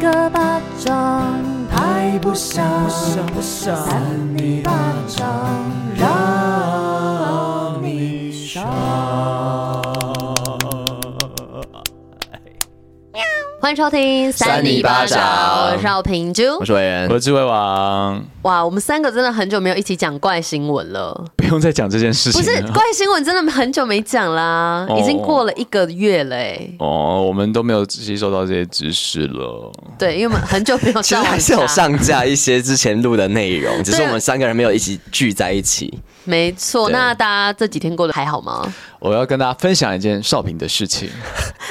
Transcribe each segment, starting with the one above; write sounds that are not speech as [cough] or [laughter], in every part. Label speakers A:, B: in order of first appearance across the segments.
A: 个巴掌拍不响，
B: 想不想
A: 扇你巴掌让你伤。欢迎收听《
C: 扇你巴掌
A: 我是奥平珠
C: 我。是伟人
B: 我，是智慧王，
A: 哇，我们三个真的很久没有一起讲怪新闻了。
B: 不用再讲这件事情
A: 不是
B: 了。
C: 啊
A: 怪新闻，真的很久没讲啦，
B: 哦
A: 已经过了一个月了、欸。
B: 哦，我们都没有吸收到这些知识了。
A: 对，因为我们很久没有
C: [laughs] 其实
A: 上网
C: 还是有
A: 查
C: 上啊架一些之前录的内容，只是
A: 对
C: 我们三个人没有一起聚在一起。
A: 没错，
C: 对
A: 那大家这几天过得还好吗？
B: 我要跟大家分享一件少平的事情，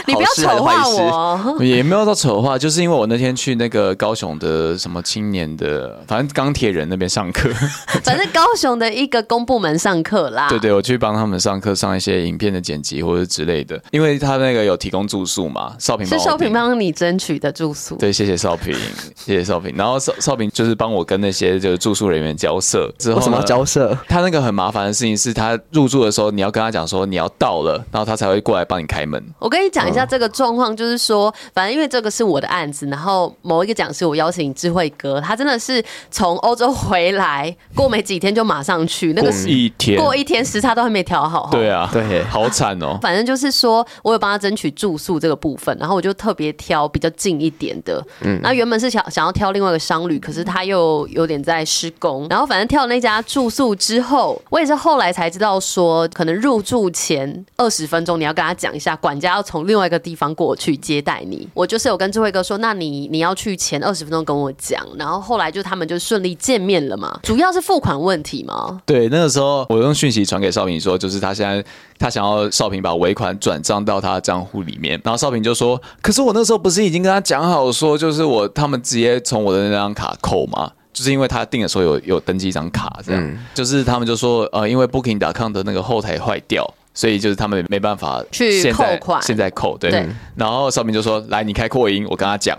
A: 你不要
C: 事还是
A: 丑
C: 坏
A: 化
C: 事
A: 我哦。
B: 也没有到丑话，就是因为我那天去那个高雄的什么青年的，反正钢铁人那边上课。
A: [laughs] 反正高雄的一个公部门上课
C: [laughs]
A: 啦，
B: 对对，我去帮他们上课，上一些影片的剪辑或者之类的，因为他那个有提供住宿嘛。少平帮
A: 是
B: 我
A: 收平
B: 订
A: 帮你争取的住宿。
B: 对，谢谢少平，谢谢少平。然后少少平就是帮我跟那些就是住宿人员交涉之后，
C: 为什么要交？涉？
B: 他那个很麻烦的事情是他入住的时候，你要跟他讲说你要到了，然后他才会过来帮你开门。
A: 我跟你讲
B: 嗯
A: 一下这个状况，就是说，反正因为这个是我的案子，然后某一个讲师我邀请智慧哥，他真的是从欧洲回来，过没几天就马上去，那个时
B: 一天
A: 过一天时差都还没调好。
B: 对。啊，
C: 对
B: 好惨哦。
A: 反正就是说，我有帮他争取住宿这个部分，然后我就特别挑比较近一点的。嗯，那原本是想想要挑另外一个商旅，可是他又有点在施工。然后反正挑了那家住宿之后，我也是后来才知道说，可能入住前二十分钟你要跟他讲一下，管家要从另外一个地方过去接待你。我就是有跟智慧哥说，那你你要去前二十分钟跟我讲。然后后来就他们就顺利见面了嘛，主要是付款问题嘛。
B: 对，那个时候我用讯息传给少平说，就是他现在他想要少平把尾款转账到他的账户里面，然后少平就说：“可是我那时候不是已经跟他讲好说，就是我他们直接从我的那张卡扣吗？”就是因为他订的时候有有登记一张卡，这样、就是他们就说，呃，因为 Booking.com 的那个后台坏掉，所以就是他们没办法
A: 去
B: 现在
A: 扣款
B: 现在扣对。
A: 对
B: 然后少平就说：“来，你开扩音，我跟他讲。”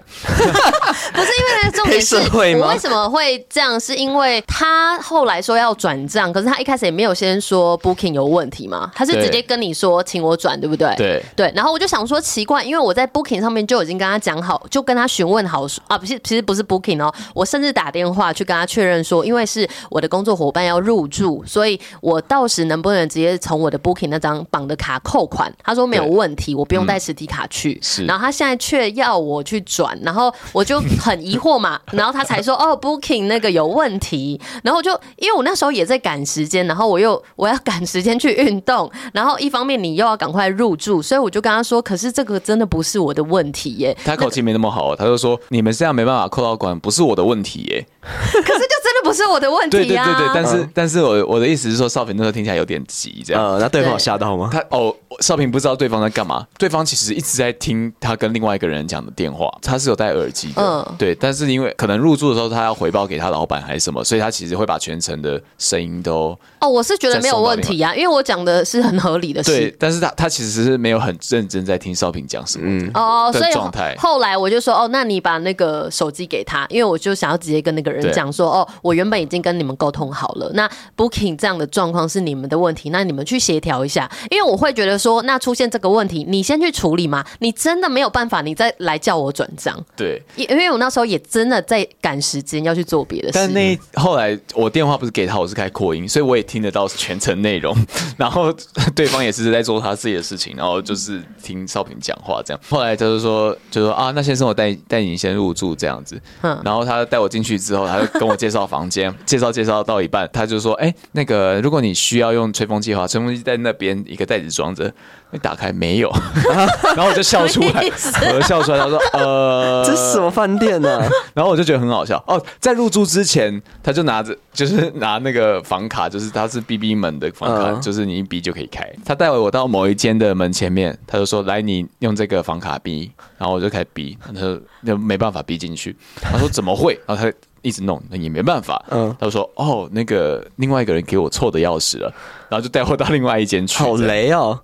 A: 不是因为呢，重点是
C: [laughs] 黑社会吗
A: 我为什么会这样？是因为他后来说要转账，可是他一开始也没有先说 Booking 有问题嘛，他是
B: 对
A: 直接跟你说请我转，对不对？
B: 对
A: 对。然后我就想说奇怪，因为我在 Booking 上面就已经跟他讲好，就跟他询问好说啊，不是，其实不是 Booking 哦，我甚至打电话去跟他确认说，因为是我的工作伙伴要入住，所以我到时能不能直接从我的 Booking 那张绑的卡扣款？他说没有
B: 对
A: 问题，我不用带实体卡去。
B: 是
A: 然后他现在却要我去转，然后我就很疑惑
B: [laughs]
A: 嘛，然后他才说哦，Booking 那个有问题，然后我就因为我那时候也在赶时间，然后我又我要赶时间去运动，然后一方面你又要赶快入住，所以我就跟他说，可是这个真的不是我的问题
B: [laughs]
A: 耶，
B: 他口气没那么好，啊他就说：“你们这样没办法扣到款，不是我的问题耶、
A: 可是就真的不是我的问
B: 对
A: 题啊
B: 对
A: 呀、
B: 对对，但是、
C: 嗯
B: 但是我我的意思是说，少平那时候听起来有点急，这样。
C: 呃，那对方有吓到吗？
B: 他哦，少平不知道对方在干嘛，对方其实一直在听他跟另外一个人讲的电话，他是有戴耳机的，
A: 嗯
B: 对，但是因为可能入住的时候他要回报给他老板还是什么，所以他其实会把全程的声音都
A: 哦，我是觉得没有问题呀、啊因为我讲的是很合理的事
B: 对，但是他他其实是没有很认真在听少平讲什么，
A: 哦，
B: 的
A: 所以
B: 状态
A: 后来我就说，哦，那你把那个手机给他，因为我就想要直接跟那个人
B: 对
A: 讲说，哦，我原本已经跟你们沟通好了，那 Booking 这样的状况是你们的问题，那你们去协调一下，因为我会觉得说，那出现这个问题，你先去处理嘛，你真的没有办法，你再来叫我转账，
B: 对。
A: 因因为我那时候也真的在赶时间要去做别的事，
B: 但那一后来我电话不是给他，我是开扩音，所以我也听得到全程内容。 [laughs] 然后对方也是在做他自己的事情，然后就是听少平讲话这
A: 嗯
B: 样。后来他就说，就说啊，那先生我带带你先入住这样子。
A: 嗯
B: 然后他带我进去之后，他就跟我介绍房间， [laughs] 介绍介绍到一半，他就说，哎、那个如果你需要用吹风机的话，吹风机在那边一个袋子装着，你打开没有？ [laughs] 然后我就笑出
A: [laughs] 什
B: 来
A: 么意，思
B: 我就笑出来，他说呃，
C: 这是什么饭店呢、啊？
B: 然后我就觉得很好笑哦，在入住之前，他就拿着，就是拿那个房卡，就是他是 B B 门的房卡，
C: 嗯
B: 就是你一逼就可以开。他带我到某一间的门前面，他就说：“来，你用这个房卡逼。”然后我就开始逼，他就就没办法逼进去。他说：“怎么会？”然后他一直弄，也没办法。
C: 嗯
B: 他就说：“哦，那个另外一个人给我错的钥匙了。”然后就带我到另外一间去。
C: [laughs] 好雷哦！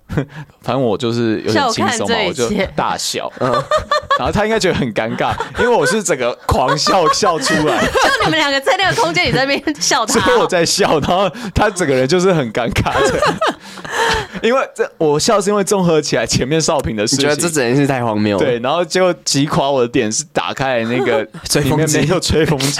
B: 反正我就是有点轻
A: 笑看
B: 松嘛，
A: 这一
B: 我就
A: 切
B: 大 [laughs] 笑，然后他应该觉得很尴尬，因为我是整个狂笑笑出
A: [laughs]
B: 来，
A: 就你们两个在那个空间
B: [laughs]
A: 里在那边笑他 [laughs]
B: 所以我在笑，然后他整个人就是很尴尬的。因为这我笑是因为综合起来前面少平的事
C: 你
B: 情，
C: 觉得这整件事太荒谬了？
B: 对，，然后结果击垮我的点是打开那个
C: 吹
B: 里
C: 风
B: 面
C: 机
B: 没有 [laughs] 吹风机，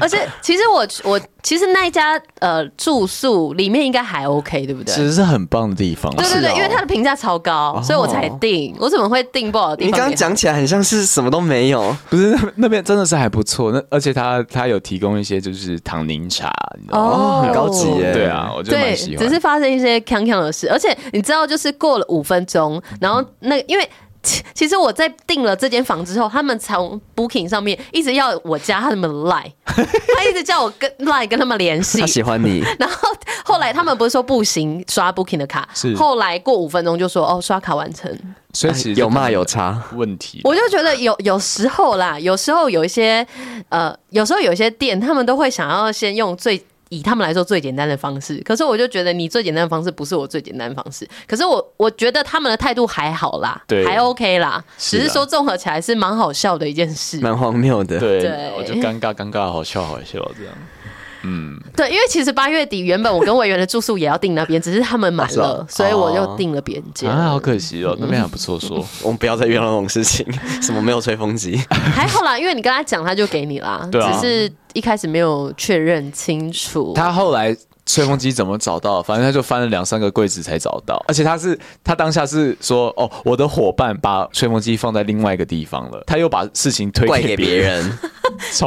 A: 而且其实我我其实那一家呃住宿里面应该还 OK，对不对？
B: [laughs] 其实是很棒的地方。啊
A: 对对
C: 是
A: 对，
C: 哦
A: 因为它的评价超高，所以我才订。我怎么会订不好的地
C: 你
A: 方给
C: 刚
A: 他？
C: 刚讲起来很像是什么都没有，
B: 不是那那边真的是还不错，那而且他他有提供一些就是唐宁茶，你知道吗？
A: 哦，
C: 很高级耶
B: 对啊，我就
A: 对，
B: 蛮喜欢。
A: 只是发生一些康康的事，而且你知道，就是过了五分钟，然后那因为。 [laughs] 其其实我在订了这间房之后，他们从 Booking 上面一直要我加他们 Line，他一直叫我跟 Line 跟他们联系
C: 他，喜欢 [laughs] 你，
A: 然后后来他们不是说不行刷 Booking 的卡
B: 是，
A: 后来过五分钟就说哦刷卡完成，
B: 所以其实
C: 哎有骂有差，
B: 问题，
A: 我就觉得有有时候啦，有时候有一些呃，有时候有一些店他们都会想要先用最。以他们来说最简单的方式，可是我就觉得你最简单的方式不是我最简单的方式。可是我我觉得他们的态度还好啦，
B: 对
A: 还 OK 啦，
B: 是啊
A: 只是说综合起来是蛮好笑的一件事。
C: 蛮荒谬的。
B: 对，
A: 对
B: 我就尴尬尴尬，好笑好笑这样。
A: 对，因为其实八月底原本我跟委员的住宿也要订那边，只是他们满
C: 是
A: 了
C: 啊，
A: 所以我就订了别间。
B: 啊，好可惜
A: 嗯
B: 哦，那边还不
A: [laughs]
B: 错说。
C: 我们不要再遇到那种事 [laughs] 情，什么没有吹风机，
A: 还好啦，因为你跟他讲，他就给你啦，
B: 对啊
A: 只是一开始没有确认清楚。
B: 他后来吹风机怎么找到？反正他就翻了两三个柜子才找到，而且他是他当下是说，哦，我的伙伴把吹风机放在另外一个地方了，他又把事情推
C: [laughs] 怪
B: 给
C: 给别
B: 人，
C: 人。
B: [laughs] 超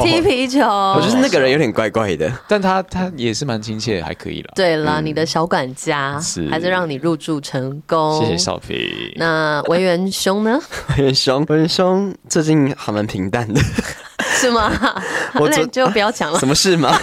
A: [laughs]
B: 好
A: 踢皮球，
C: [laughs] 我觉得那个人有点怪怪 [laughs] 的，
B: 但他他也是蛮亲切，还可以啦。
A: 对了，
C: 嗯
A: 你的小管家
B: 是
A: 还是让你入住成功。
B: 谢谢少平。
A: 那维园兄
C: [laughs]
A: 呢？
C: 文兄，文兄最近还蛮平淡的，
A: 是吗？[laughs]
C: 我
A: 那
C: 昨
A: 你就不要讲了
C: [laughs] 什。么事吗？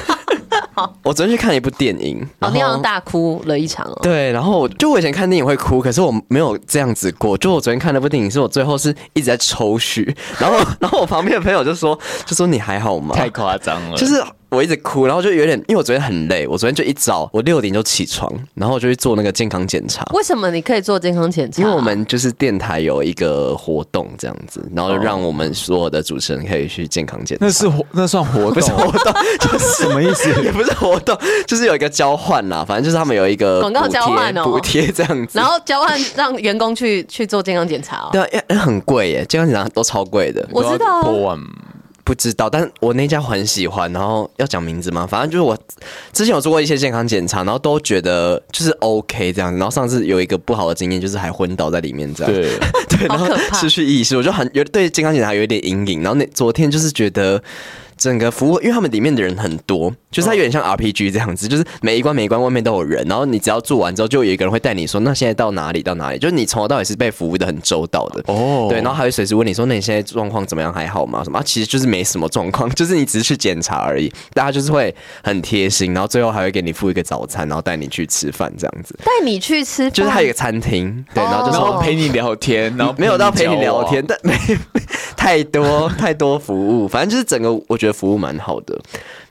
C: 我昨天去看了一部电影，
A: 哦
C: 然，
A: 你好像
C: 后
A: 大哭了一场哦。
C: 对，然后我就我以前看电影会哭，可是我没有这样子过。就我昨天看那部电影，是我最后是一直在抽搐，然后
A: [laughs]
C: 然后我旁边的朋友就说就说你还好吗？
B: 太夸张了，
C: [laughs] 就是我一直哭，然后就有点，因为我昨天很累，我昨天就一早我六点就起床，然后我就去做那个健康检查。
A: 为什么你可以做健康检查？
C: 因为我们就是电台有一个活动这样子，然后就让我们所有的主持人可以去健康检查。
B: 那是活那算
A: [laughs]
B: 活
C: 不是
B: 动
C: 活动，就
B: [laughs]
C: 是
B: 什么意思？
C: [laughs] 也不是活动，就是有一个交换啦，反正就是他们有一个
A: 广告
C: 补贴
A: 交换哦
C: 补贴这样子。
A: 然后交换让员工去去做健康检查哦。
C: 对啊，因为因为很贵耶，健康检查都超贵的，
A: 我知道啊
B: 破万
C: 不知道，但我那家我很喜欢。然后要讲名字吗？反正就是我之前有做过一些健康检查，然后都觉得就是 OK 这样子。然后上次有一个不好的经验，就是还昏倒在里面这样。
B: 对，
C: [laughs] 对，然
A: 好
C: 后
A: 可怕
C: 失去意识，我就很有对健康检查有一点阴影。然后那昨天就是觉得整个服务，因为他们里面的人很多，就是它有
A: 哦
C: 点像 RPG 这样子，就是每一关每一关外面都有人，然后你只要做完之后，就有一个人会带你说，那现在到哪里到哪里，就是你从头到尾是被服务的很周到的。
B: 哦
C: 对，然后还会随时问你说，那你现在状况怎么样，还好吗？什么、啊？其实就是没什么状况，就是你只是去检查而已。大家就是会很贴心，然后最后还会给你付一个早餐，然后带你去吃饭这样子。
A: 带你去吃饭，
C: 就是它有一个餐厅，对，然后就
B: 然
C: 是
A: 哦
B: 后陪你聊天，然后
C: 哦没有到哦陪你
B: 交
C: 聊啊
B: 往
C: 天，，但没 [laughs] 太多太多服务，反正就是整个我觉得服务蛮好的。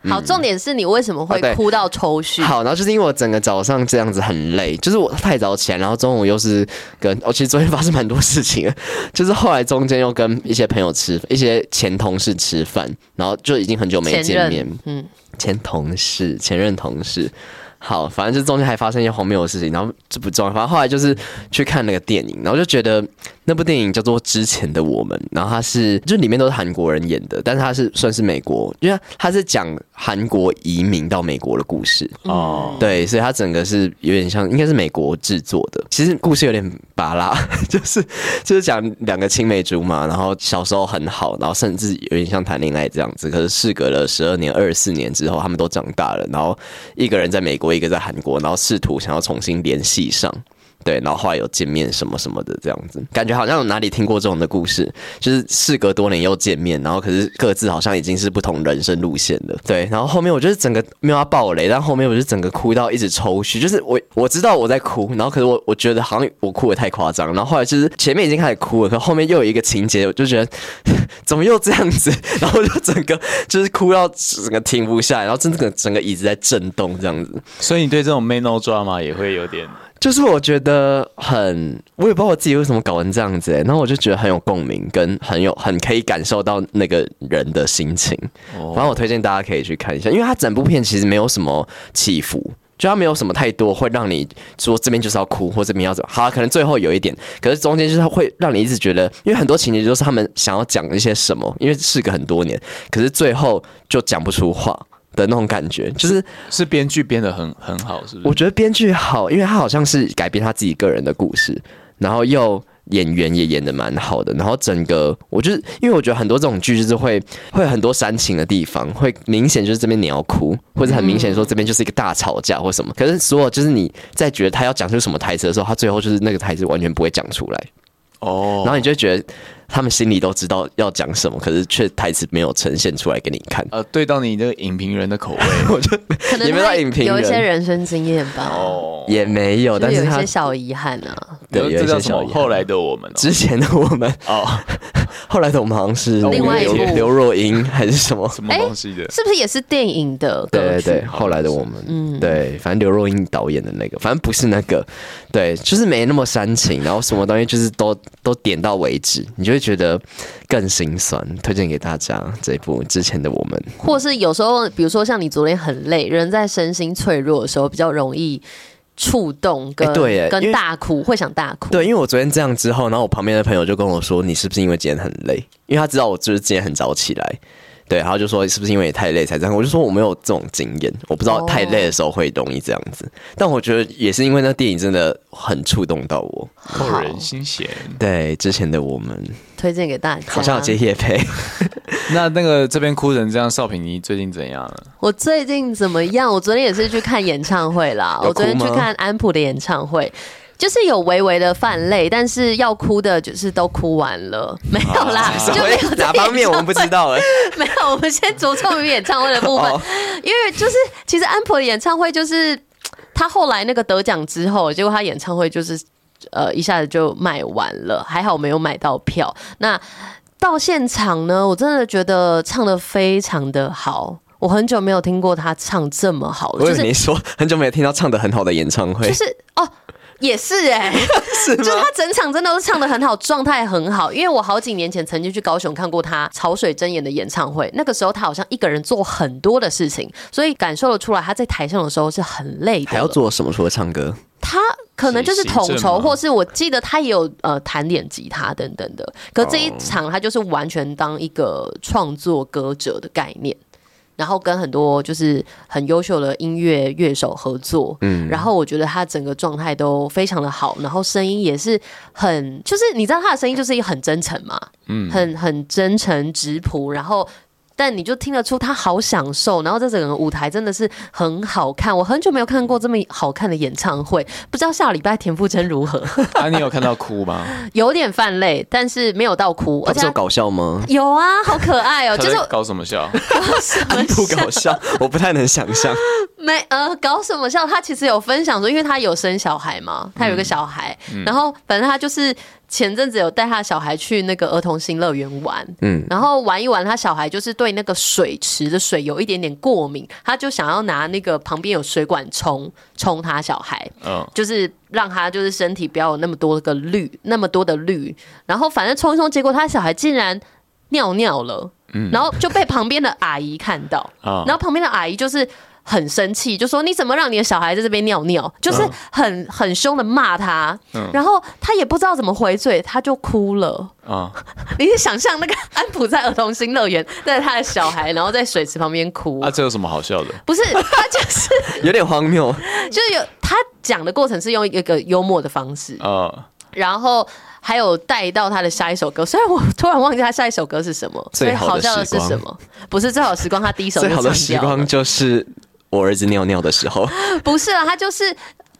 A: 好，重点是你为什么会
C: 嗯哦对
A: 哭到抽搐？
C: 好，然后就是因为我整个早上这样子很累，就是我太早起来，然后中午又是跟，哦，其实昨天发生蛮多事情的， [laughs] 就是后来中间又跟一些朋友吃，一些前同事吃饭，然后就已经很久没
A: 前
C: 见面，
A: 任，嗯，
C: 前同事、前任同事。好，反正就中间还发生一些荒谬的事情，然后这不重要。反正后来就是去看那个电影，然后就觉得那部电影叫做《之前的我们》，然后它是就里面都是韩国人演的，但是它是算是美国，因为它是讲韩国移民到美国的故事。
B: 哦，
C: 对，所以它整个是有点像，应该是美国制作的。其实故事有点拔拉， [laughs] 就是就是讲两个青梅竹马，然后小时候很好，然后甚至有点像谈恋爱这样子。可是事隔了十二年、二十四年之后，他们都长大了，然后一个人在美国，一个在韩国，然后试图想要重新联系上。对，然后后来有见面什么什么的，这样子，感觉好像有哪里听过这种的故事，就是事隔多年又见面，然后可是各自好像已经是不同人生路线了。对，然后后面我就是整个没有要爆雷，但后面我就整个哭到一直抽搐，就是我我知道我在哭，然后可是我我觉得好像我哭的太夸张，然后后来就是前面已经开始哭了，可后面又有一个情节，我就觉得 [laughs] 怎么又这样子， [laughs] 然后我就整个就是哭到整个停不下来，然后真的整个椅子在震动这样子。
B: 所以你对这种 man no drama 也会有点
C: 就是我觉得很，我也不知道我自己为什么搞成这样子、欸，然后我就觉得很有共鸣，跟很有很可以感受到那个人的心情。反正我推荐大家可以去看一下，因为它整部片其实没有什么起伏，就它没有什么太多会让你说这边就是要哭或这边要怎么，好啊，可能最后有一点，可是中间就是会让你一直觉得，因为很多情节就是他们想要讲一些什么，因为事隔很多年，可是最后就讲不出话的那种感觉，就是
B: 是编剧编的很很好，是不
C: 我
B: 是？
C: 觉得编剧好，因为他好像是改编他自己个人的故事，然后又演员也演的蛮好的，然后整个我就是因为我觉得很多这种剧就是会会很多煽情的地方，会明显就是这边你要哭，或者很明显说这边就是一个大吵架或什么，可是所有就是你在觉得他要讲出什么台词的时候，他最后就是那个台词完全不会讲出来，
B: 哦，
C: 然后你就会觉得他们心里都知道要讲什么，可是却台词没有呈现出来给你看。
B: 呃，对到你那个影评人的口
C: [laughs]
B: 味
A: 可能
C: 也没有
A: 他
C: 影评
A: 有一
C: 人
A: 些人生经验吧，
B: 哦，
C: 也没有，
A: 就
C: 但
A: 是
C: 是
A: 有一
C: 他
A: 些小遗憾啊，
C: 对有
B: 这
C: 一
B: 叫什
C: 些小
B: 么？
C: 遗憾
B: 后来的我们哦
C: 之前的我们
B: 哦，
C: 后来的我们好像是
A: 另外一部
C: 刘刘若英还是什 [laughs] 么？
B: 什么东西的？
C: 哎
A: 是不是也是电影的歌
C: 对对
A: 曲？
C: 对，后来的我们，嗯，对，反正刘若英导演的那个，反正不是那个，对，就是没那么煽情，然后什么东西就是都都点到为止，你就会觉得更心酸。推荐给大家这一部之前的我们，
A: 或是有时候，比如说像你昨天很累，人在身心脆弱的时候，比较容易触动跟、
C: 哎对耶因
A: 跟
C: 为
A: 大哭，会想大哭。
C: 对，因为我昨天这样之后，然后我旁边的朋友就跟我说，你是不是因为今天很累？因为他知道我就是今天很早起来。对，然后就说是不是因为你太累才这样？我就说我没有这种经验，我不知道
A: 哦
C: 太累的时候会容易这样子。但我觉得也是因为那电影真的很触动到我。
B: 扣人心弦。
C: 对，之前的我们
A: 推荐给大家。
C: 好像有接叶配，，
B: 那那个这边哭成这样，少平你最近怎样啊了？
A: 我最近怎么样？我昨天也是去看演唱会啦
C: [laughs] 有
A: 我
C: 哭
A: 昨
C: 吗
A: 天去看安普的演唱会。就是有微微的泛泪，但是要哭的，就是都哭完了，没有啦，
C: 啊 [laughs] 什
A: 就
C: 么
A: 没有在
C: 哪方面我们不知道哎、
A: [laughs] 没有，我们先着重于演唱会的部分，
C: 哦
A: 因为就是其实安普的演唱会就是他后来那个得奖之后，结果他演唱会就是呃一下子就卖完了，还好没有买到票。那到现场呢，我真的觉得唱的非常的好，我很久没有听过他唱这么好了，
C: 我
A: 就
C: 以为
A: 是
C: 你说很久没有听到唱的很好的演唱会
A: 就，是哦。也是哎、
C: [laughs] 是
A: 就是他整场真的都唱的很好，状态很好。因为我好几年前曾经去高雄看过他潮水真言的演唱会，那个时候他好像一个人做很多的事情，所以感受得出来他在台上的时候是很累的。
C: 还要做什么？除了唱歌，
A: 他可能就是
B: 行
A: 统
B: 政吗
A: 筹，或是我记得他也有呃弹点吉他等等的。可这一场他就是完全当一个创作歌者的概念。然后跟很多就是很优秀的音乐乐手合作，嗯，然后我觉得他整个状态都非常的好，然后声音也是很，就是你知道他的声音就是很真诚嘛，嗯，很很真诚直朴，然后但你就听得出他好享受，然后这整个舞台真的是很好看，我很久没有看过这么好看的演唱会，不知道下礼拜田馥甄如何，
B: 啊，你有看到哭吗？
A: 有点泛泪，但是没有到哭，而
C: 他啊不
A: 且
C: 是有
A: 他
C: 搞笑吗？
A: 有啊，好可爱哦、就是
B: 他在搞什么
C: [laughs]
B: 笑？
A: 什么
C: 安
A: 笑
C: 不搞笑，我不太能想象。
A: 没呃，搞什么笑？他其实有分享说，因为他有生小孩嘛，他有一个小孩，然后反正他就是前阵子有带他小孩去那个儿童新乐园玩，嗯，然后玩一玩，他小孩就是对那个水池的水有一点点过敏，他就想要拿那个旁边有水管冲冲他小孩，
B: 嗯，
A: 就是让他就是身体不要有那么多个氯，那么多的氯，然后反正冲一冲，结果他小孩竟然尿尿了，然后就被旁边的阿姨看到，
B: 啊
A: 然后旁边的阿姨就是。很生气，就说你怎么让你的小孩在这边尿尿，就是
C: 嗯
A: 很很凶的骂他，然后他也不知道怎么回嘴，他就哭了。
B: 啊，
A: 你就想象那个安普在儿童新乐园带着他的小孩，然后在水池旁边哭，
B: 啊，这有什么好笑的？
A: 不是他就是
C: 有点荒谬，
A: 就是有他讲的过程是用一个幽默的方式，
B: 啊，
A: 然后还有带到他的下一首歌，虽然我突然忘记他下一首歌是什么，所以
C: 最好
A: 好
C: 的
A: 笑的是
C: 时光
A: 什么？不是最好的时光，他第一首就
C: 最好的
A: 唱
C: 时
A: 掉了
C: 光就是我儿子尿尿的时候。
A: [laughs] 不是啊，他就是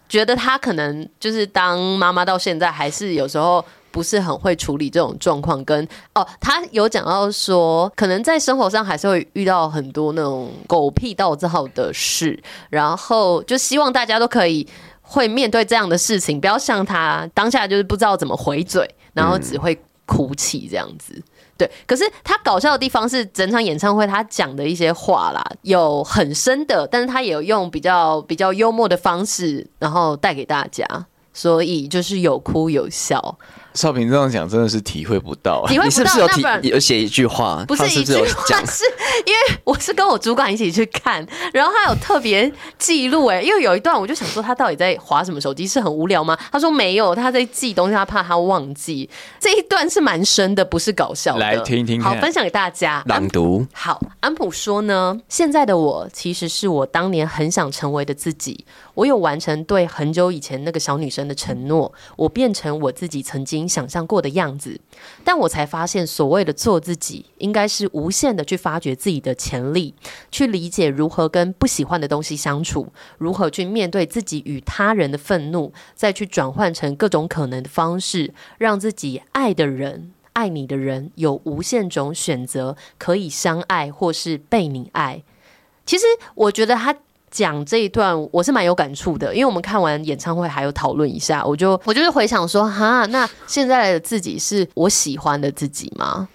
A: 觉得他可能就是当妈妈到现在，还是有时候不是很会处理这种状况。跟哦，他有讲到说，可能在生活上还是会遇到很多那种狗屁倒灶的事，然后就希望大家都可以。会面对这样的事情，不要像他当下就是不知道怎么回嘴，然后只会哭泣这样子。对，可是他搞笑的地方是整场演唱会他讲的一些话啦，有很深的，但是他也有用比较比较幽默的方式，然后带给大家，所以就是有哭有笑，
B: 少平这样讲真的是体会不到、啊
A: 体。会
C: 你
A: 不
C: 是不
A: 到
C: 是有
A: 那
C: 提
A: 不然
C: 有写一句话？
A: 不
C: 他
A: 是
C: 是
A: 一
C: 不是
A: 句
C: 有
A: 话，
C: 讲？
A: 是因为我是跟我主管一起去看，然后他有特别记录哎，因为有一段我就想说他到底在划什么手机，是很无聊吗？他说没有，他在记东西，他怕他忘记。这一段是蛮深的，不是搞笑的，
B: 来听听
A: 好，
B: 看
A: 分享给大家。
C: 朗
A: [laughs]
C: 读，
A: 好，安普说呢，现在的我其实是我当年很想成为的自己。我有完成对很久以前那个小女生的承诺，我变成我自己曾经想象过的样子。但我才发现，所谓的做自己，应该是无限的去发掘自己的潜力，去理解如何跟不喜欢的东西相处，如何去面对自己与他人的愤怒，再去转换成各种可能的方式，让自己爱的人爱你的人有无限种选择，可以相爱或是被你爱。其实我觉得他讲这一段，我是蛮有感触的，因为我们看完演唱会还有讨论一下，我就我就是回想说，哈，那现在的自己是我喜欢的自己吗？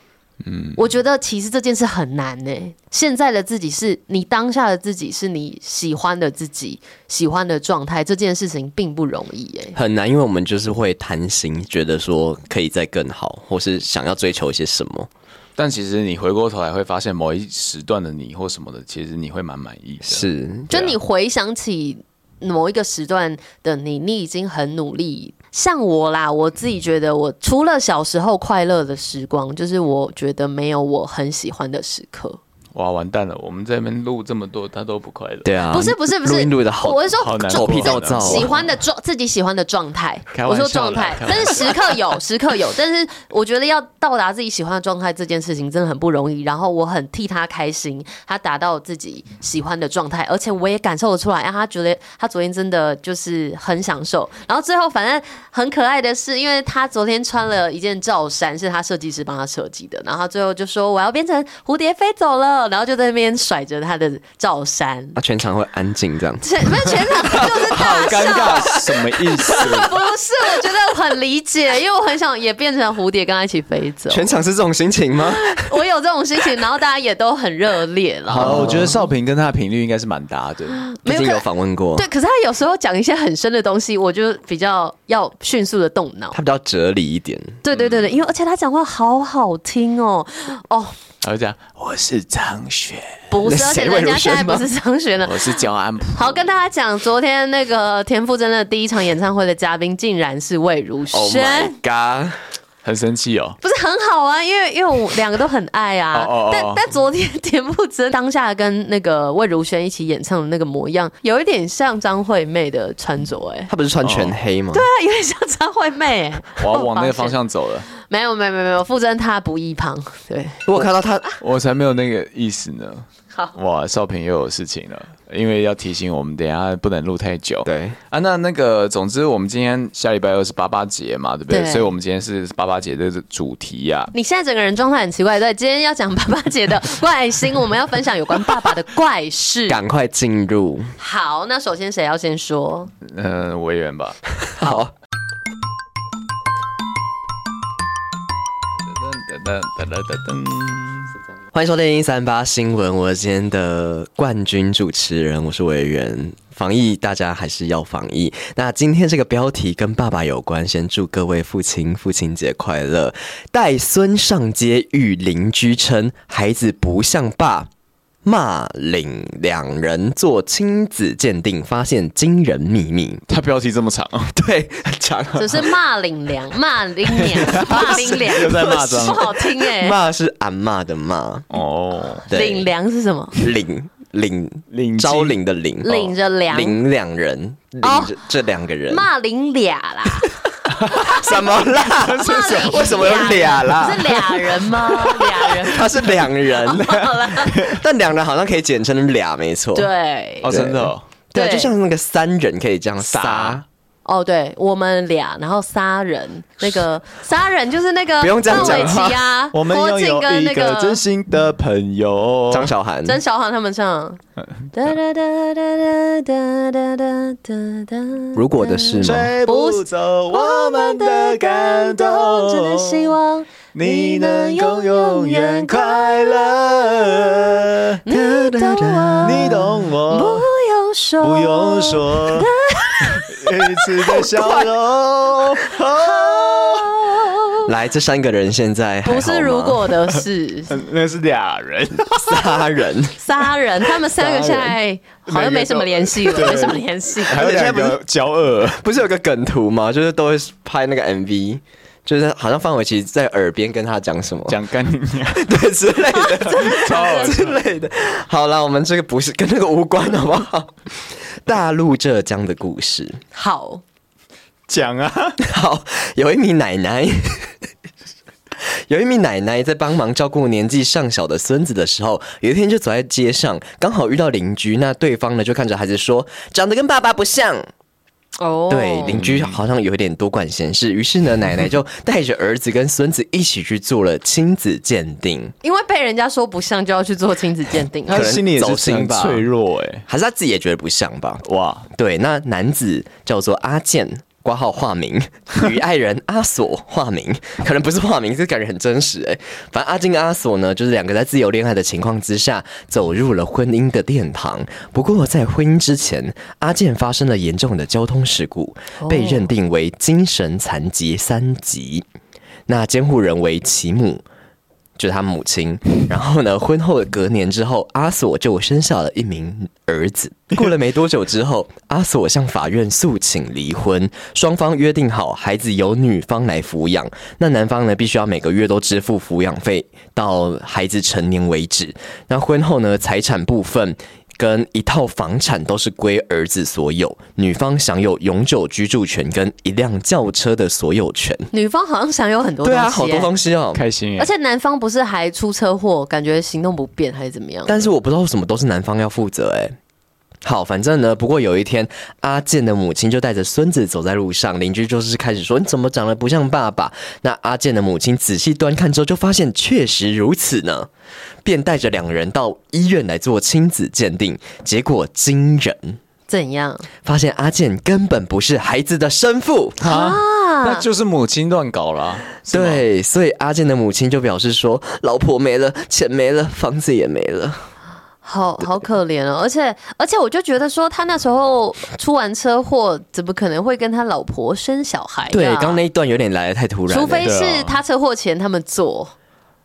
A: 嗯，我觉得其实这件事很难呢、现在的自己是你当下的自己，是你喜欢的自己，喜欢的状态，这件事情并不容易耶、欸
C: 很难，因为我们就是会贪心，觉得说可以再更好，或是想要追求一些什么。
B: 但其实你回过头来会发现，某一时段的你或什么的，其实你会蛮满意的。
C: 是，
A: 就
B: 对啊
A: 你回想起某一个时段的你，你已经很努力。像我啦，我自己觉得，我除了小时候快乐的时光，就是我觉得没有我很喜欢的时刻。
B: 哇，完蛋了！我们在那边录这么多，他都不快乐。
C: 对啊，
A: 不是不是不是
C: 录音录的好，
A: 我是说
B: 好难
A: 就
B: 过
C: 狗屁倒灶啊
A: 喜欢的状，自己喜欢的状态。
B: 开
A: 我
B: 玩笑啦
A: 说状态，
B: 开玩
A: 但
B: 笑
A: 是时刻有， [laughs] 时刻有。但是我觉得要到达自己喜欢的状态这件事情真的很不容易。然后我很替他开心，他达到自己喜欢的状态，而且我也感受得出来，啊，他觉得他昨天真的就是很享受。然后最后反正很可爱的是，因为他昨天穿了一件罩衫，是他设计师帮他设计的，然后他最后就说我要变成蝴蝶飞走了，然后就在那边甩着他的罩衫。
C: 啊，全场会安静这样。
A: 全不是全场就是
B: 好
A: 大
B: 尴
A: 笑。
B: 尬，什么意
C: [laughs]
B: 思？
A: 不是，我觉得我很理解，因为我很想也变成蝴蝶跟他一起飞走。
C: 全场是这种心情吗？
A: 我有这种心情，然后大家也都很热烈
C: [laughs]
A: 了。
B: 好了，我觉得少平跟他的频率应该是蛮搭的。
A: [laughs] 没
C: 毕
A: 有
C: 竟
A: 可
C: 有访问过，
A: 对，可是他有时候讲一些很深的东西，我就比较要迅速的动脑
C: 他。比较哲理一点。
A: 对对对
C: 嗯
A: 对，因为而且他讲话好好听哦，哦，
B: 他会讲：“我是张雪，
A: 不是，
C: 那
A: 而且
C: 谁会
A: 人家
C: 如
A: 现在
C: 生
A: 不
C: 吗
A: 是张学呢，
B: 我是焦安普。
A: 好，跟大家讲，昨天那个田馥甄的第一场演唱会的嘉宾竟然是魏如萱
C: Oh my god！”
B: 很生气哦。
A: 不是很好啊，因为因为我两个都很爱啊。
B: 哦哦哦
A: 但但昨天田馥甄当下跟那个魏如萱一起演唱的那个模样，有一点像张惠妹的穿着、
B: [laughs]
A: 哎，
C: 他不是穿全黑吗？对
A: 对啊，有点像张惠妹、哎
B: 我要往那个
A: 我发现
B: 方向走
C: Oh
B: 了，
A: 没有没有没有没有，馥甄她不易胖，对，
C: 我看到他，
B: 我才没有那个意思呢。
A: 好，
B: 哇，少平又有事情了，因为要提醒我们，等一下不能录太久。
C: 对，
B: 啊，那那个，总之我们今天下礼拜二是八八节嘛，对不对？
A: 对
B: 所以我们今天是八八节的主题呀、
A: 你现在整个人状态很奇怪，对，今天要讲爸爸姐的怪心，我们要分享有关爸爸的怪事。
C: 赶快进入。
A: 好，那首先谁要先
B: [laughs]
A: 说？
B: 嗯、委员吧。
C: 好，
B: 噔噔噔噔噔噔
C: 欢迎收听一三八新闻，我是今天的冠军主持人，我是委员。防疫，大家还是要防疫。那今天这个标题跟爸爸有关，先祝各位父亲父亲节快乐。带孙上街遇邻居称孩子不像爸，骂领两人做亲子鉴定，发现惊人秘密。 [laughs]
B: 他标题这么长，
C: 对，很长。
A: 只是骂领粮，骂领
B: [laughs]
A: 粮，骂领粮，
B: 又在骂脏
A: 不好听哎、
C: 骂是俺骂的骂，
B: 哦，
C: 对
A: 领粮是什么？
C: 领领
B: 领
C: 招领的领
A: 领着粮
C: 哦领两人领
A: 哦
C: 着这两个人
A: 骂领俩啦，
C: 什么啦？
A: 骂
C: 是
A: 领
C: [laughs] 为什么有俩啦
A: 是？俩人吗？俩人。
C: 他是
A: [laughs]
C: 两人， [laughs] 哦但两人好像可以简称俩，没错。
A: 哦对
B: 哦，真的、哦，
C: 对，
A: 对
C: 就像那个三人可以这样撒，
A: 哦，对我们俩，然后杀人，那
C: [laughs]
A: 个杀人就是那个
C: 不用这样
A: 范玮
C: 讲话
A: 琪啊，
B: [laughs] 我们
A: 郭
B: 拥
A: 靖
B: 有
A: 跟那
B: 一个真心的朋友。
C: 张韶涵
A: 曾小涵他们
B: [laughs]
A: 唱。哒哒哒哒哒哒哒哒哒哒。
C: 如果的事吗？
B: 吹不走我们的感动，
A: 真的希望
B: 你能够永远快乐。
A: 你懂我，
B: 你懂
A: 不
B: 我，
A: 用说，
B: 不用说，一次的笑容。哦
C: 来，这三个人现在还好
A: 不
C: 吗
A: 是如果的事，
B: 那是俩人，
C: [laughs] 杀人，
A: 杀人，他们三个现在好像没什么联系了，没什么联系。
B: 还有
C: 而且
B: 两
C: 不是
B: 个骄恶，
C: 不是有个梗图吗？就是都会拍那个 MV，就是好像范玮琪在耳边跟他讲什么，
B: 讲干你娘，
C: [laughs] 对之类的，
B: 超好笑
C: 之类的。好了，我们这个不是跟那个无关，好不好？大陆浙江的故事，
A: 好，
B: 讲啊，
C: 好，有一名奶奶， [laughs] 有一名奶奶在帮忙照顾年纪尚小的孙子的时候，有一天就走在街上，刚好遇到邻居，那对方呢就看着孩子说：“长得跟爸爸不像。”
A: 哦，
C: 对，邻居好像有点多管闲事，于是呢，奶奶就带着儿子跟孙子一起去做了亲子鉴定，
A: 因为被人家说不像，就要去做亲子鉴定。
B: 他心里也
C: 走
B: 是
C: 心
B: 很
C: 吧
B: 脆弱哎，
C: 还是他自己也觉得不像吧？
B: 哇，
C: 对，那男子叫做阿健。挂号化名，与爱人阿索化名，可能不是化名，这感觉很真实哎、反正阿金跟阿索呢，就是两个在自由恋爱的情况之下，走入了婚姻的殿堂。不过在婚姻之前，阿健发生了严重的交通事故，被认定为精神残疾三级。那监护人为其母，就是他母亲。然后呢，婚后隔年之后，阿索就生下了一名儿 [laughs] 子。过了没多久之后，阿索向法院诉请离婚，双方约定好孩子由女方来抚养，那男方呢必须要每个月都支付抚养费到孩子成年为止。那婚后呢，财产部分。跟一套房产都是归儿子所有，女方享有永久居住权跟一辆轿车的所有权。
A: 女方好像享有很多
C: 对
A: 东西、
C: 啊，好多东西哦。
B: 开心
A: 而
B: 哎，
A: 且男方不是还出车祸，感觉行动不便还是怎么样？
C: 但是我不知道为什么都是男方要负责哎、好，反正呢，不过有一天，阿健的母亲就带着孙子走在路上，邻居就是开始说你怎么长得不像爸爸？那阿健的母亲仔细端看之后，就发现确实如此呢，便带着两人到医院来做亲子鉴定，结果惊人，
A: 怎样
C: 发现阿健根本不是孩子的生父。
B: 啊，那
A: 啊？
B: 就是母亲乱搞啦，是吗，
C: 对，所以阿健的母亲就表示说，老婆没了，钱没了，房子也没了。
A: 好好可怜哦！而且而且，我就觉得说，他那时候出完车祸，怎么可能会跟他老婆生小孩、啊？
C: 对，刚刚那一段有点来的太突然了，
A: 除非
B: 对
A: 是
B: 啊
A: 他车祸前他们做，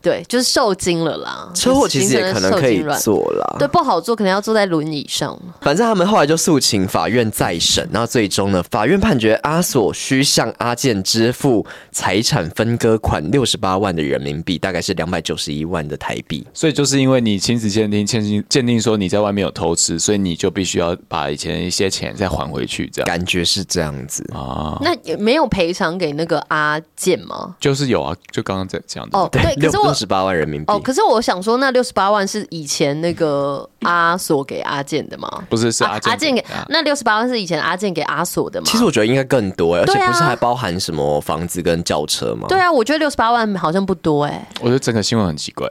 A: 对，就是受惊了啦。
C: 车祸其实也可能可以
A: 就是行
C: 啊哦
A: 程的受惊
C: 做啦
A: 软，对，，不好做，可能要坐在轮椅上。
C: 反正他们后来就诉请法院再审，然后最终呢，法院判决阿索需向阿健支付财产分割款六十八万的人民币，大概是两百九十一万的台币。
B: 所以就是因为你亲子鉴定鉴定鉴定说你在外面有偷吃，所以你就必须要把以前一些钱再还回去，这样
C: 感觉是这样子， [laughs]
B: 啊，
A: 那也没有赔偿给那个阿健吗？
B: 就是有啊，就刚刚在讲的
A: 哦，对，可
C: 六
A: 是我
C: 六十八万人民币。
A: 哦，可是我想说，那六十八万是以前那个阿索给阿健的吗？
B: 不是是
A: 啊
B: 阿健
A: 阿健给
B: 啊
A: 那六十八万是以前阿健给阿索的吗？
C: 其实我觉得应该更多、而且
A: 对啊
C: 不是还包含什么房子跟轿车吗？？
A: 对啊，我觉得六十八万好像不多哎、
B: 我觉得整个新闻很奇怪，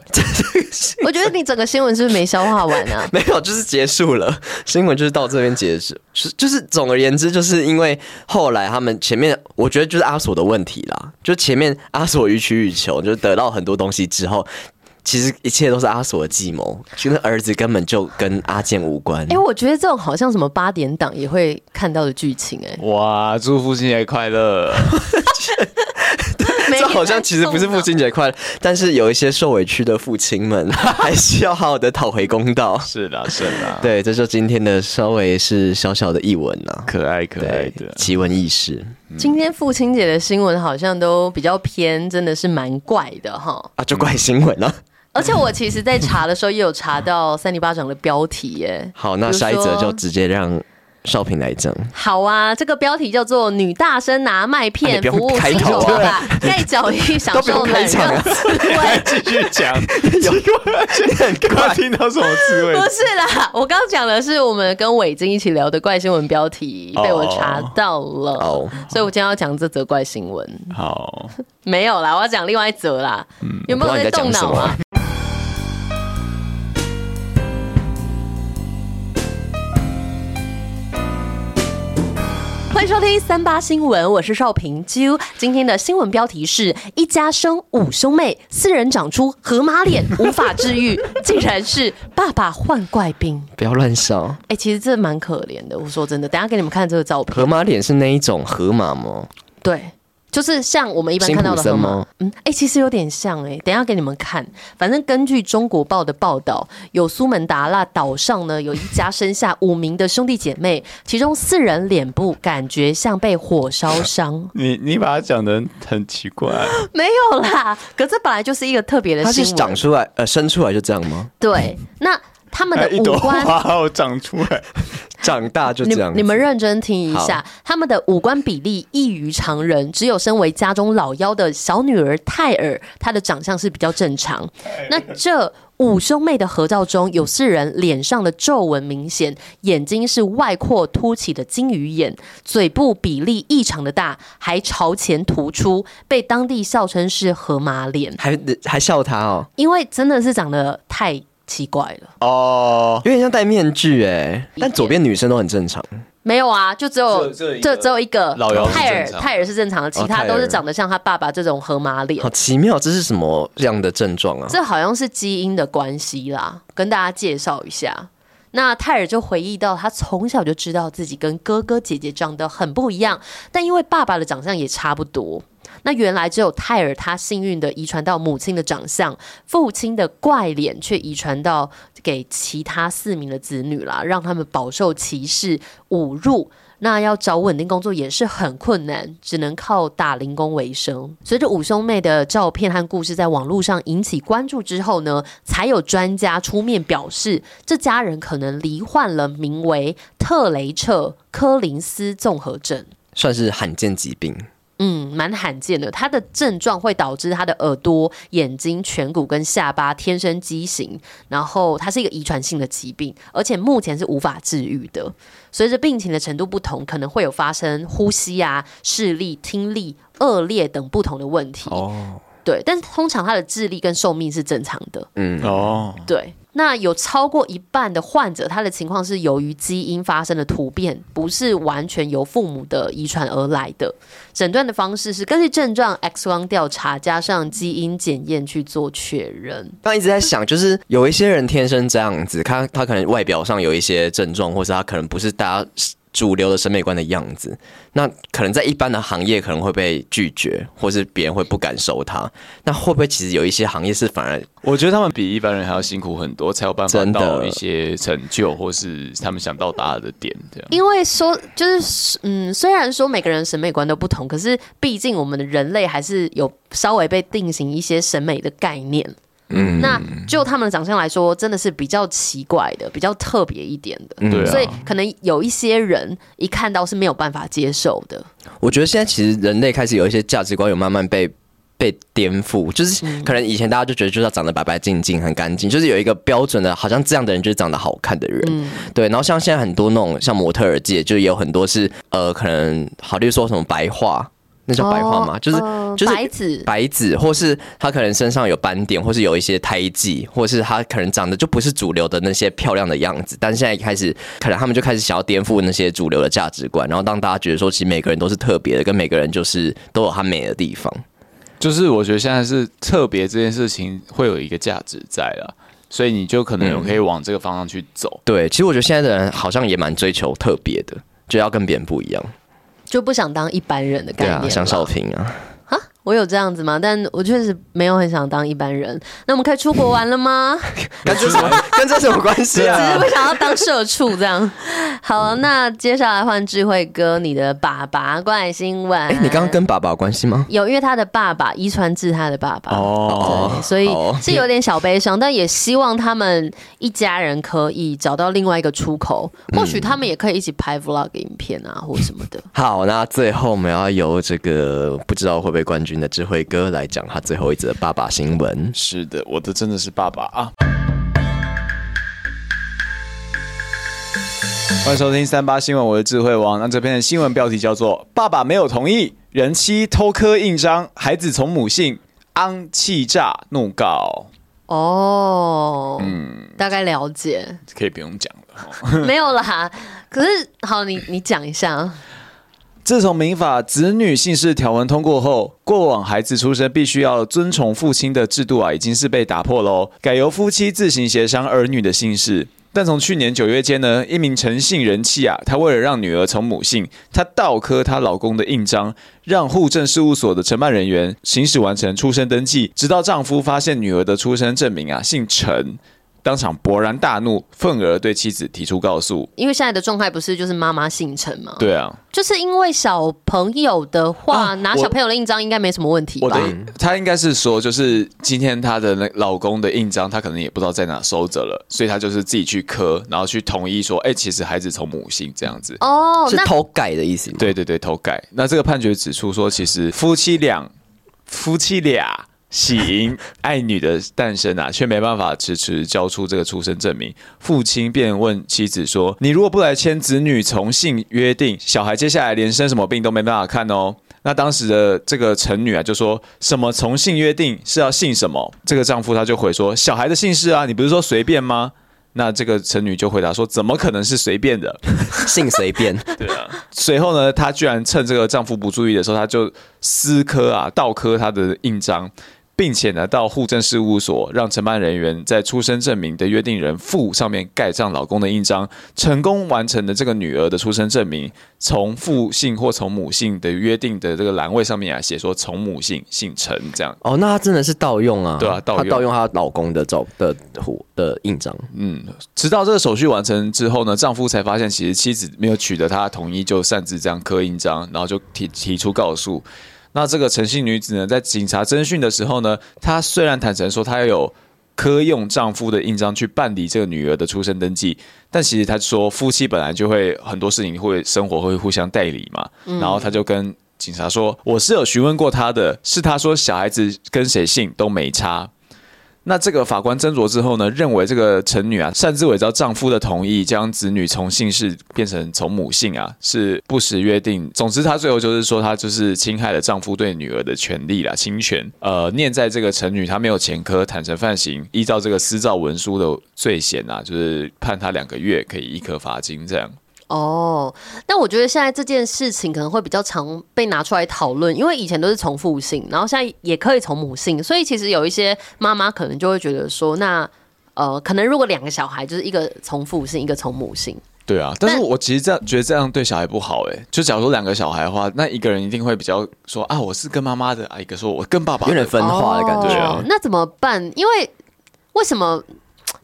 A: 我觉得你整个新闻是不是没消化完啊
C: [laughs] 没有，就是结束了。新闻就是到这边结束，是就是总而言之，就是因为后来他们前面，我觉得就是阿索的问题啦，就前面阿索予取予求，就是得到很多东西之后，其实一切都是阿索的计谋，其实儿子根本就跟阿健无关。
A: 哎、我觉得这种好像什么八点档也会看到的剧情哎、
B: [laughs] 哇，祝父亲节快 [laughs] 乐，
A: 没
C: [laughs] [laughs] 这好像其实不是
B: 啊
C: 父
A: 送
C: 亲节快乐，但是有一些受委屈的父亲们 [laughs] 还是要好好的讨回公
B: [laughs]
C: 道。
B: 是啦是啦，
C: 对，这就今天的稍微是小小的译文呐、啊，
B: 可爱可爱
C: 对
B: 的，，
C: 奇闻异事。
A: 到今天父亲节的新闻好像都比较偏，真的是蛮怪的哈。
C: 啊，就怪
B: 嗯
C: 新闻啊。
A: 而且我其实，在查的时候也有查到三里巴掌的标题耶。
C: 好，那
A: 比如
C: 下一则
A: 说
C: 就直接让少平来
A: [laughs]
C: 讲。
A: 好啊，这个标题叫做“女大生拿麦
C: 啊你
A: 片
C: 不用
A: 服务
C: 开
A: 新
C: 头
A: 手
C: 啊
A: 爸
C: [laughs]
A: 爸，盖脚印享
C: 都
A: 受
C: 不用开
A: 冷
C: 场啊
A: 热滋味”。
B: 继续讲，有刚刚听到什么滋味
A: [laughs]
B: [laughs]
A: 不？是啦，我刚讲的是我们跟伟晶一起聊的怪新闻标题
B: 哦
A: 被我查到了，
C: 哦
A: 所以我今天要讲这则怪新闻。
B: 好，，
A: 没有啦，我要讲另外一则啦。有没有在动脑啊？欢迎收听三八新闻，我是邵平啾。今天的新闻标题是一家生五兄妹，四人长出河马脸，无法治愈，竟然是爸爸患怪病。
C: 不要乱笑。
A: 哎、其实这蛮可怜的。我说真的，等一下给你们看这个照片。
C: 河马脸是那一种河马吗？
A: 对，就是像我们一般看到的
C: 辛
A: 河
C: 普森
A: 马
C: 吗，
A: 嗯，哎、其实有点像哎、等一下给你们看。反正根据中国报的报道，有苏门答腊岛上呢有一家生下五名的兄弟姐妹， [laughs] 其中四人脸部感觉像被火烧伤
C: [laughs]
B: 你你把它讲的很奇怪，
A: 没有啦。可这本来就是一个特别的
C: 它
A: 新
C: 是
A: 闻，
C: 长出来呃生出来就这样吗？
A: 对。那他们
B: 哎
A: 的
B: 一朵
A: 五官
B: 花要长出来，
C: 长大就
A: 你
C: 这样
A: 你们
C: 子
A: 认真听一下，他们的五官比例异于常人，只有身为家中老幺的小女儿泰尔，她的长相是比较正常。那这五兄妹的合照中，有四人脸上的皱纹明显，眼睛是外扩凸起的金鱼眼，嘴部比例异常的大，还朝前突出，被当地笑称是河马脸，
C: 还还笑他哦，
A: 因为真的是长得太奇怪了。
B: 哦，
C: 有点像戴面具哎，但左边女生都很正常，
A: 没有啊，就只有
B: 只有一个
A: 这只有一个
B: 老姚是
A: 泰尔，
B: 正常哦
A: 泰尔是正常的，其
C: 泰
A: 他
C: 尔
A: 都是长得像他爸爸这种河马脸
C: 好。奇妙，这是什么样的症状啊？
A: 这好像是基因的关系啦，跟大家介绍一下。那泰尔就回忆到，他从小就知道自己跟哥哥姐姐长得很不一样，但因为爸爸的长相也差不多。那原来只有泰尔他幸运的遗传到母亲的长相，父亲的怪脸却遗传到给其他四名的子女啦，让他们饱受歧视、侮辱。那要找稳定工作也是很困难，只能靠打零工为生。随着五兄妹的照片和故事在网络上引起关注之后呢，才有专家出面表示，这家人可能罹患了名为特雷彻科林斯综合症。
C: 算是罕见疾病，
A: 嗯，蛮罕见的。它的症状会导致他的耳朵、眼睛、颧骨跟下巴天生畸形，然后它是一个遗传性的疾病，而且目前是无法治愈的。随着病情的程度不同，可能会有发生呼吸啊、视力、听力、恶劣等不同的问题。
C: 哦，
A: 对，但是通常他的智力跟寿命是正常的。
C: 嗯，
B: 哦，
A: 对，那有超过一半的患者，他的情况是由于基因发生的突变，不是完全由父母的遗传而来的。诊断的方式是根据症状 X 光调查加上基因检验去做确认。
C: 刚一直在想，就是有一些人天生这样子，他他可能外表上有一些症状，或是他可能不是大家主流的审美观的样子，那可能在一般的行业可能会被拒绝，或是别人会不敢收他。那会不会其实有一些行业是反而
B: 我觉得他们比一般人还要辛苦很多，才有办法
C: 真的
B: 到一些成就，或是他们想到达的点这样。
A: 因为说就是嗯，虽然说每个人审美观都不同，可是毕竟我们的人类还是有稍微被定型一些审美的概念。嗯，那就他们的长相来说，真的是比较奇怪的，比较特别一点的。
C: 嗯
B: 对啊，
A: 所以可能有一些人一看到是没有办法接受的。
C: 我觉得现在其实人类开始有一些价值观有慢慢被被颠覆，就是
A: 嗯
C: 可能以前大家就觉得就是要长得白白净净、很干净，就是有一个标准的，好像这样的人就是长得好看的人。
A: 嗯
C: 对，然后像现在很多那种像模特儿界，就有很多是呃，可能好，例如说什么白化，那叫白化吗？
A: 哦
C: 就是、
A: 呃
C: 就是
A: 白子
C: 白子，或是他可能身上有斑点，或是有一些胎记，或是他可能长得就不是主流的那些漂亮的样子。但现在开始，可能他们就开始想要颠覆那些主流的价值观，然后让大家觉得说，其实每个人都是特别的，跟每个人就是都有他美的地方。
B: 就是我觉得现在是特别这件事情会有一个价值在啦，所以你就可能有可以往这个方向去走。
C: 对，其实我觉得现在的人好像也蛮追求特别的，就要跟别人不一样。
A: 就不想当一般人的概
C: 对
A: 念
C: 啊，
A: 了。
C: 像少平啊，
A: 我有这样子吗？但我确实没有很想当一般人。那我们可以出国玩了吗？
C: 跟这什么跟这什么关系
A: 只
C: [laughs]
A: 是
C: 啊？
A: 不想要当社畜这样。 [laughs] 好，那接下来换智慧哥，你的爸爸怪新闻。
C: 哎、你刚刚跟爸爸有关系吗？
A: 有，因为他的爸爸遗传至他的爸爸。
B: 哦
A: 对，所以
C: 好哦
A: 是有点小悲伤，但也希望他们一家人可以找到另外一个出口。
C: 嗯
A: 或许他们也可以一起拍 vlog 影片啊，或什么
C: [laughs]
A: 的。
C: 好，那最后我们要由这个不知道会不会冠军的智慧哥来讲他最后一则爸爸新闻。
B: 是的，我的真的是爸爸啊！欢迎收听三八新闻，我的智慧王。那这篇的新闻标题叫做《爸爸没有同意人妻偷刻印章，孩子从母姓昂气炸怒告
A: 哦，嗯，大概了解，》， [laughs]
B: 可以不用讲了。
A: 没有啦。可是好，你你讲一下，
B: 自从民法子女姓氏条文通过后，过往孩子出生必须要遵哦从父亲的制度啊，已经是被打破喽，改由夫妻自行协商儿女的姓氏。但从去年九月间呢，一名陈姓人妻啊，她为了让女儿从母姓，她倒刻她老公的印章，让户政事务所的承办人员行使完成出生登记，直到丈夫发现女儿的出生证明啊姓陈，当场勃然大怒，愤而对妻子提出告诉。
A: 因为现在的状态不是就是妈妈姓陈吗？，
B: 对啊，
A: 就是因为小朋友的话，
B: 啊
A: 拿
B: 我
A: 小朋友的印章应该没什么问题
B: 我的
A: 吧？
B: 她应该是说，就是今天她的那老公的印章，她可能也不知道在哪收着了，所以她就是自己去刻，然后去同意说，哎、其实孩子从母姓这样子。
A: 哦，
C: 是
A: 那
C: 偷改的意思吗？
B: 对对对，偷改。那这个判决指出说，其实夫妻俩夫妻俩喜迎爱女的诞生啊，却没办法迟迟交出这个出生证明。父亲便问妻子说：“你如果不来签子女从姓约定，小孩接下来连生什么病都没办法看哦。”那当时的这个陈女啊，就说什么从姓约定是要姓什么？这个丈夫他就回说：“小孩的姓氏啊，你不是说随便吗？”那这个陈女就回答说：“怎么可能是随便的？”
C: 性随便，
B: 随后呢，她居然趁这个丈夫不注意的时候，她就撕刻啊，倒刻她的印章，并且呢，到户政事务所让承办人员在出生证明的约定人父上面盖上老公的印章，成功完成了这个女儿的出生证明，从父姓或从母姓的约定的这个栏位上面啊，写说从母姓姓陈这样。
C: [laughs] 哦，那她真的是盗用啊！
B: 对啊盗
C: 她
B: 用
C: 盗用她老公的照的虎的印章，
B: 直到这个手续完成之后呢，丈夫才发现其实妻子没有取得他的同意，就擅自这样刻印章，然后就提提出告诉。那这个陈姓女子呢，在警察侦讯的时候呢，她虽然坦诚说她有科用丈夫的印章去办理这个女儿的出生登记，但其实她说夫妻本来就会很多事情会生活会互相代理嘛，然后她就跟警察说，我是有询问过她的，是她说小孩子跟谁姓都没差，那这个法官斟酌之后呢，认为这个陈女啊擅自伪造丈夫的同意，将子女从姓氏变成从母姓啊，是不实约定。总之，她最后就是说，她就是侵害了丈夫对女儿的权利啦，侵权。呃，念在这个陈女她没有前科，坦诚犯行，依照这个私造文书的罪嫌啊，就是判她两个月，可以一颗罚金这样。
A: 哦，那我觉得现在这件事情可能会比较常被拿出来讨论，因为以前都是从父姓，然后现在也可以从母姓，所以其实有一些妈妈可能就会觉得说，那呃，可能如果两个小孩就是一个从父姓，一个从母姓，
B: 对啊，但是我其实这样觉得这样对小孩不好诶、就假如说两个小孩的话，那一个人一定会比较说啊，我是跟妈妈的啊，一个说我跟爸爸
C: 有
B: 的
C: 点分化的感觉。
A: 哦
B: 啊
A: 那怎么办？因为为什么？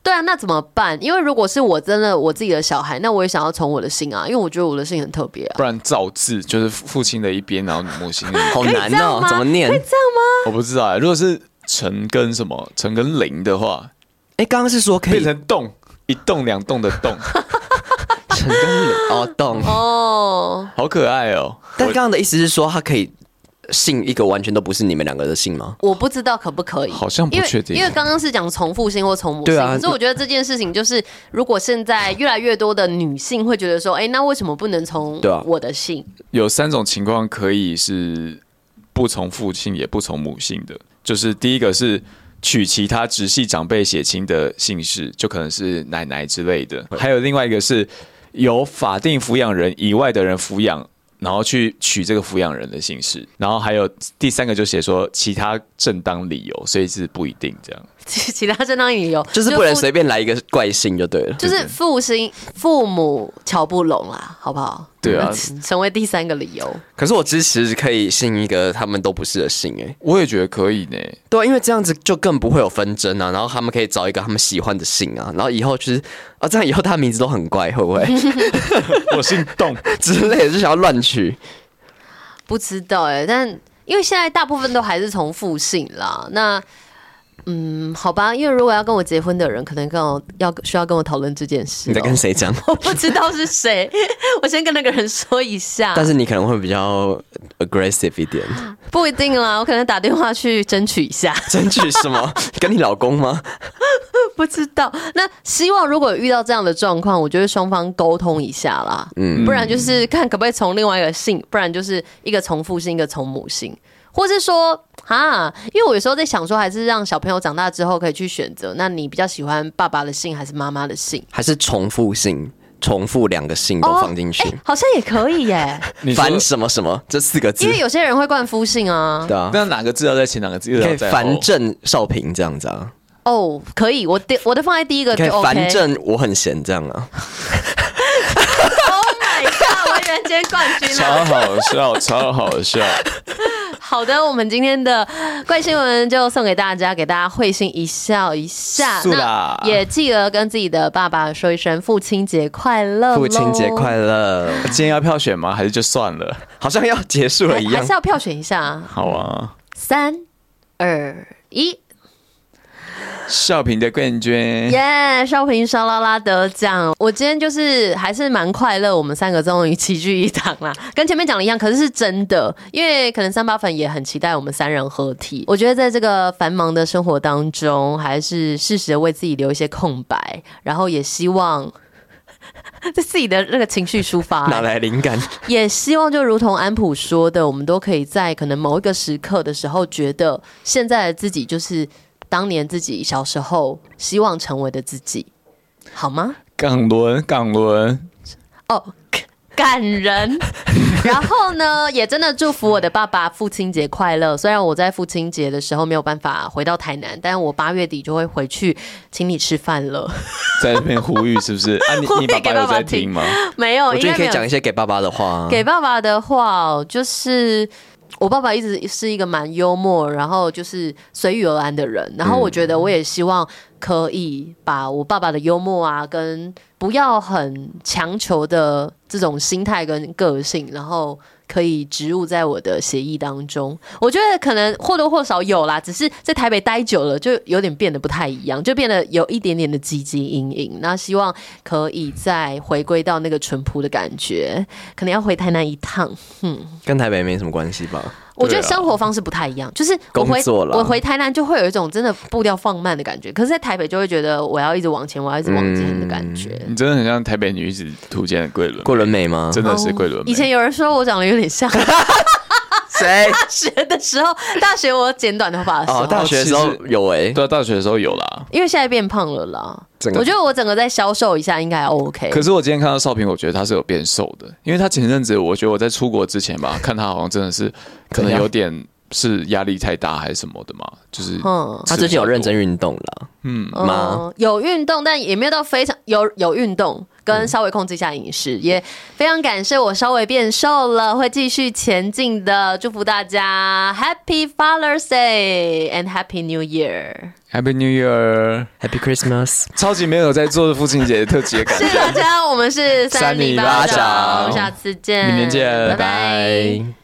A: 对啊，那怎么办？因为如果是我真的我自己的小孩，那我也想要从我的姓啊，因为我觉得我的姓很特别啊。
B: 不然造字就是父亲的一边，然后母亲的一边。 [laughs]
C: 好难
A: 这样
C: 哦
A: 吗，
C: 怎么念？
B: 我不知道、欸，如果是陈跟什么陈跟零的话，
C: 哎，刚刚是说可
B: 变
C: 以
B: 成栋一栋两栋的栋，
C: 成功领 [laughs] 哦，懂。
A: 哦，
B: 好可爱哦、
C: 但刚刚的意思是说，他可以信一个完全都不是你们两个的信吗？
A: 我不知道可不可以，
B: 好像不
A: 因为
B: 确定
A: 因为刚刚是讲重复性或重母性，
C: 对啊
A: 可是我觉得这件事情就是，如果现在越来越多的女性会觉得说，哎、那为什么不能从
C: 对啊
A: 我的姓？
B: 有三种情况可以是不从父姓也不从母姓的，就是第一个是取其他直系长辈血亲的姓氏，就可能是奶奶之类的；还有另外一个是由法定抚养人以外的人抚养。然后去取这个抚养人的姓氏，然后还有第三个就写说其他正当理由，所以是不一定这样。
A: [laughs] 其其他正当理由
C: 就是不能
A: 父
C: 随便来一个怪信就对了。
A: 就是父亲父母瞧不拢啦，好不好？
B: 对啊，
A: 成为第三个理由。
C: 可是我支持可以信一个他们都不是的信、哎，
B: 我也觉得可以呢。
C: 对啊，因为这样子就更不会有纷争啊。然后他们可以找一个他们喜欢的姓啊，然后以后就是啊，这样以后他名字都很怪，会
A: [laughs]
C: 不会
B: [laughs] 我姓 [laughs] 董，
C: 之类的，就想要
A: [laughs]
C: 乱取。
A: 哦不知道哎、但因为现在大部分都还是从父姓啦。那嗯，好吧，因为如果要跟我结婚的人，可能跟我要需要跟我讨论这件事、哦
C: 你在跟？
A: [laughs]
C: 谁讲？
A: 我不知道是谁，我先跟那个人说一下。
C: 但是你可能会比较 aggressive 一点，
A: 不一定啦，我可能打电话去争取一下，
C: 争取
A: [laughs]
C: 什么？跟你老公吗？
A: 不知道。那希望如果遇到这样的状况，我觉得双方沟通一下啦，嗯，不然就是看可不可以从另外一个姓，不然就是一个从父姓，一个从母姓，或是说啊，因为我有时候在想说，还是让小朋友长大之后可以去选择，那你比较喜欢爸爸的姓还是妈妈的姓？
C: 还是重复姓？重复两个姓都放进去
A: 哦，哎好像也可以
C: [laughs]
A: 耶，
B: 你说
C: 凡什么什么这四个字
A: 因为，有些人会冠夫姓啊啊
C: 对。啊，
B: 那哪个字要在前，哪个字
C: 可
B: 要
C: 以
B: 在后
C: 繁？正少平这样子啊。
A: 哦，可以，我第我的放在第一个就
C: 看，
A: OK。
C: 反正我很闲，这样啊。
A: Oh my god！我以为今天冠军了。
B: 超好笑，超好笑。
A: 好的，我们今天的怪新闻就送给大家，给大家会心一笑一下。
B: 是啦
A: 那也记得跟自己的爸爸说一声父亲节快乐，
C: 父亲节快乐，
B: 今天要票选吗？还是就算了？
C: [laughs] 好像要结束
A: [laughs] 乐
C: 了一样
A: 还是。要票选一下啊。
B: 好啊，
A: 三二一，
B: 少平的冠军
A: 耶！少平沙拉拉得奖，我今天就是还是蛮快乐，我们三个终于齐聚一堂啦， [laughs] 跟前面讲的一样，可是是真的，因为可能三八粉也很期待我们三人合体。我觉得在这个繁忙的生活当中，还是适时的为自己留一些空白，然后也希望 [laughs] 在自己的那个情绪抒发、
C: 哪来灵感？
A: 也希望就如同安普说的，我们都可以在可能某一个时刻的时候，觉得现在的自己就是当年自己小时候希望成为的自己，好吗？
B: 港伦，港伦，
A: 哦。 [laughs] 感 [laughs] 人，然后呢，也真的祝福我的爸爸父亲节快乐。虽然我在父亲节的时候没有办法回到台南，但我八月底就会回去请你吃饭了。
B: 在这边呼吁是不
C: [laughs]
B: 是？啊，你
A: 呼吁
B: 你爸
A: 给
B: 爸
A: 爸
B: 有
A: 爸
B: 在
A: 听
B: 听吗？
A: 没有，
C: 我
A: 哦应
C: 觉得你
A: 该
C: 可
A: 没
C: 以
A: 有
C: 讲一些给爸爸的话啊。
A: 给爸爸的话哦，就是我爸爸一直是一个蛮幽默，然后就是随遇而安的人。然后我觉得我也希望可以把我爸爸的幽默啊，跟不要很强求的这种心态跟个性，然后。可以植入在我的协议当中，我觉得可能或多或少有啦，只是在台北待久了，就有点变得不太一样，就变得有一点点的积极阴影。那希望可以再回归到那个淳朴的感觉，可能要回台南一趟。
C: 跟台北没什么关系吧？
A: 我觉得
B: 对啊
A: 生活方式不太一样，就是我回
C: 工作啦
A: 我回台南就会有一种真的步调放慢的感觉，可是，在台北就会觉得我要一直往前，我要一直往前的感觉。
B: 你真的很像台北女子图鉴的桂纶，
C: 桂纶镁吗？
A: [laughs]
B: [laughs] 真的是桂纶镁。
A: 以前有人说我长得有点像
C: 谁？
A: 大学的时候，大学我剪短头发的时候，
C: 哦，大学的时候有哎，
B: 对啊，大学的时候有啦。
A: 因为现在变胖了啦。
C: 整个
A: 我觉得我整个再消瘦一下应该还 OK。
B: 可是我今天看到少平，我觉得他是有变瘦的，因为他前阵子，我觉得我在出国之前
C: [laughs]
B: 吧，看他好像真的是可能有点是压力太大还是什么的嘛，就是
A: 嗯
C: 他最近有认真运动了。吗
A: 嗯，有运动，但也没有到非常有有运动，跟稍微控制一下饮食，也非常感谢我稍微变瘦了，会继续前进的，祝福大家 Happy Father's Day and Happy New Year！
B: Happy New Year，
C: Happy Christmas！
B: 超级没有在做父亲节特辑的感
A: 谢谢大
B: 觉。
A: 家，我们是
B: 三
A: 三
B: 里
A: 里
B: 八
A: 八掌，
B: 掌
A: 我们下次见，
B: 明年见
A: 拜拜。
C: 拜。